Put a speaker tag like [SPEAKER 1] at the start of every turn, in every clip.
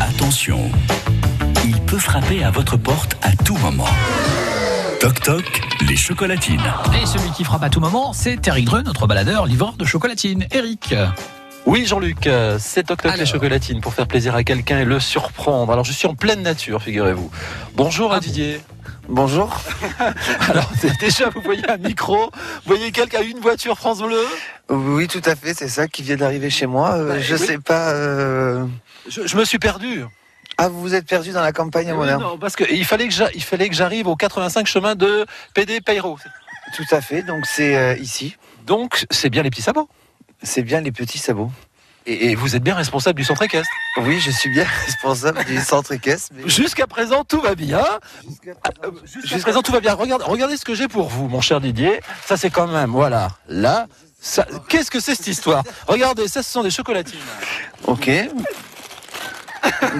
[SPEAKER 1] Attention, il peut frapper à votre porte à tout moment. Toc toc, les chocolatines.
[SPEAKER 2] Et celui qui frappe à tout moment, c'est Eric Dreux, notre baladeur, livreur de chocolatine. Eric.
[SPEAKER 3] Oui, Jean-Luc, euh, c'est Toc Toc
[SPEAKER 2] Alors.
[SPEAKER 3] les chocolatines pour faire plaisir à quelqu'un et le surprendre. Alors, je suis en pleine nature, figurez-vous. Bonjour à Didier.
[SPEAKER 4] Bonjour.
[SPEAKER 3] Alors, déjà, vous voyez un micro, vous voyez quelqu'un, une voiture France Bleu.
[SPEAKER 4] Oui, tout à fait, c'est ça qui vient d'arriver chez moi. Euh,
[SPEAKER 3] Bah,
[SPEAKER 4] je
[SPEAKER 3] oui.
[SPEAKER 4] sais pas. euh,
[SPEAKER 3] Je, je me suis perdu.
[SPEAKER 4] Ah, vous vous êtes perdu dans la campagne, à mon
[SPEAKER 3] Oui,
[SPEAKER 4] air.
[SPEAKER 3] non, parce que il fallait que j'a- il fallait que j'arrive au 85 chemin de PD Payro.
[SPEAKER 4] Tout à fait, donc c'est euh, ici.
[SPEAKER 3] Donc, c'est bien les petits sabots.
[SPEAKER 4] C'est bien les petits sabots.
[SPEAKER 3] Et, et vous êtes bien responsable du centre équestre.
[SPEAKER 4] Oui, je suis bien responsable du centre équestre. mais
[SPEAKER 3] Jusqu'à présent, tout va bien. Euh, Jusqu'à présent, tout va bien. Regardez, regardez ce que j'ai pour vous, mon cher Didier. Ça, c'est quand même, voilà, là. ça- Qu'est-ce que c'est cette histoire Regardez, ça, ce sont des chocolatines.
[SPEAKER 4] Ok.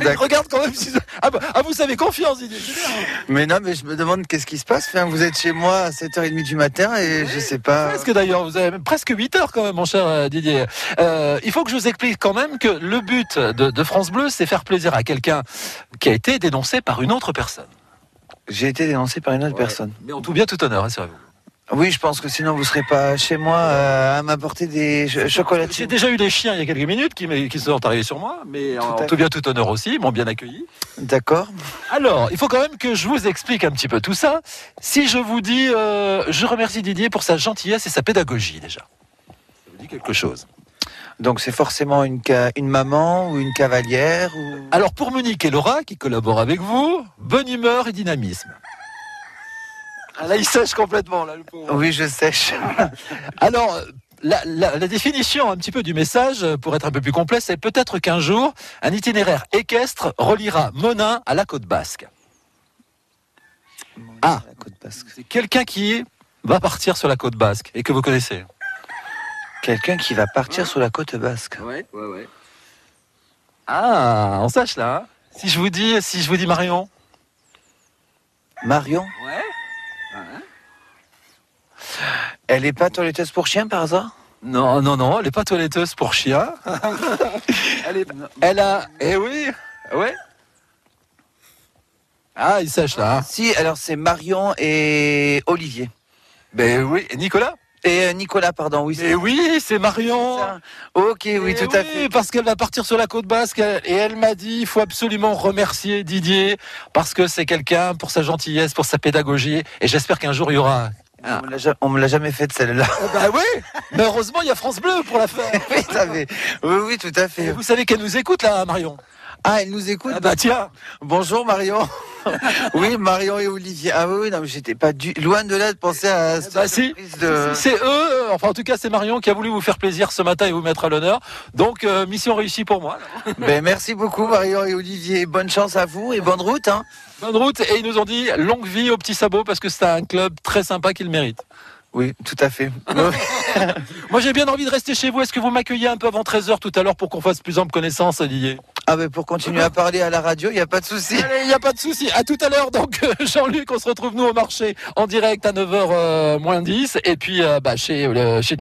[SPEAKER 4] D'accord.
[SPEAKER 3] Regarde quand même. si- Ah, bah, ah, vous savez, confiance, Didier. c'est bien. hein.
[SPEAKER 4] Mais non, mais je me demande qu'est-ce qui se passe. Enfin, vous êtes chez moi à 7h30 du matin et je sais pas.
[SPEAKER 3] Presque d'ailleurs, vous avez même presque 8 heures quand même, mon cher euh, Didier. Euh, il faut que je vous explique quand même que le but de, de France Bleu, c'est faire plaisir à quelqu'un qui a été dénoncé par une autre personne.
[SPEAKER 4] J'ai été dénoncé par une autre personne.
[SPEAKER 3] Mais en tout bien, tout honneur, hein, rassurez-vous.
[SPEAKER 4] Oui, je pense que sinon vous serez pas chez moi euh, à m'apporter des ch-
[SPEAKER 3] J'ai
[SPEAKER 4] chocolatines.
[SPEAKER 3] déjà eu des chiens il y a quelques minutes qui, m'est- qui sont arrivés sur moi, mais en
[SPEAKER 4] à
[SPEAKER 3] tout bien, tout honneur aussi, ils m'ont bien accueilli.
[SPEAKER 4] D'accord.
[SPEAKER 3] Alors, il faut quand même que je vous explique un petit peu tout ça. Si je vous dis, euh, je remercie Didier pour sa gentillesse et sa pédagogie déjà. Ça vous dit quelque chose.
[SPEAKER 4] Donc c'est forcément une, ca- une maman ou une cavalière ou.
[SPEAKER 3] Alors pour Monique et Laura qui collaborent avec vous, bonne humeur et dynamisme. Ah, là, il sèche complètement là. Le pauvre.
[SPEAKER 4] Oui, je sèche.
[SPEAKER 3] Alors. euh, La, la- la définition un petit peu du message, euh, pour être un peu plus complet, c'est peut-être qu'un jour, un itinéraire équestre reliera Monin à la côte basque. Ah.
[SPEAKER 4] La côte basque.
[SPEAKER 3] C'est quelqu'un qui va partir sur la côte basque et que vous connaissez.
[SPEAKER 4] Quelqu'un qui va partir sur la côte basque.
[SPEAKER 3] Ouais, ouais, ouais. Ah, on sache là. hein. si je vous dis, si je vous dis Marion.
[SPEAKER 4] Marion,
[SPEAKER 3] Ouais.
[SPEAKER 4] elle est pas toiletteuse pour chien par hasard
[SPEAKER 3] Non, non, non, elle n'est pas toiletteuse pour chien. elle, est- elle a, eh oui, ouais. Ah, il sache là. hein.
[SPEAKER 4] Si, alors c'est Marion et Olivier.
[SPEAKER 3] Ben oui, Nicolas.
[SPEAKER 4] Et euh, Nicolas, pardon, oui.
[SPEAKER 3] Eh
[SPEAKER 4] c'est
[SPEAKER 3] oui, c'est Marion.
[SPEAKER 4] ça. Ok, oui,
[SPEAKER 3] Eh
[SPEAKER 4] tout à fait.
[SPEAKER 3] Parce qu'elle va partir sur la côte basque elle- et elle m'a dit il faut absolument remercier Didier parce que c'est quelqu'un pour sa gentillesse, pour sa pédagogie et j'espère qu'un jour il y aura.
[SPEAKER 4] Ah, On me l'a ja- On me l'a jamais fait de celle-là.
[SPEAKER 3] bah oui Mais heureusement, il y a France Bleu pour la faire.
[SPEAKER 4] oui, tout à fait. oui, oui, tout à
[SPEAKER 3] Et
[SPEAKER 4] fait.
[SPEAKER 3] vous savez qu'elle nous écoute là, Marion.
[SPEAKER 4] Ah, elle nous écoute
[SPEAKER 3] Ah bah tiens,
[SPEAKER 4] Bonjour Marion. oui, Marion et Olivier. Ah oui, oui, non, mais j'étais pas du... loin de là de penser à cette
[SPEAKER 3] bah si.
[SPEAKER 4] surprise de...
[SPEAKER 3] c'est eux, euh, enfin en tout cas c'est Marion qui a voulu vous faire plaisir ce matin et vous mettre à l'honneur. Donc euh, mission réussie pour moi.
[SPEAKER 4] Ben, merci beaucoup Marion et Olivier. Bonne chance à vous et bonne route. Hein.
[SPEAKER 3] Bonne route et ils nous ont dit longue vie au petit sabot parce que c'est un club très sympa qu'il mérite.
[SPEAKER 4] Oui, tout à fait.
[SPEAKER 3] Moi j'ai bien envie de rester chez vous. Est-ce que vous m'accueillez un peu avant 13h tout à l'heure pour qu'on fasse plus ample connaissance, Didier
[SPEAKER 4] Ah ben pour continuer à parler à la radio, il n'y a pas de souci.
[SPEAKER 3] Allez, il n'y a pas de souci. À tout à l'heure donc euh, Jean-Luc, on se retrouve nous au marché en direct à 9h euh, moins 10 et puis euh, bah, chez, euh, chez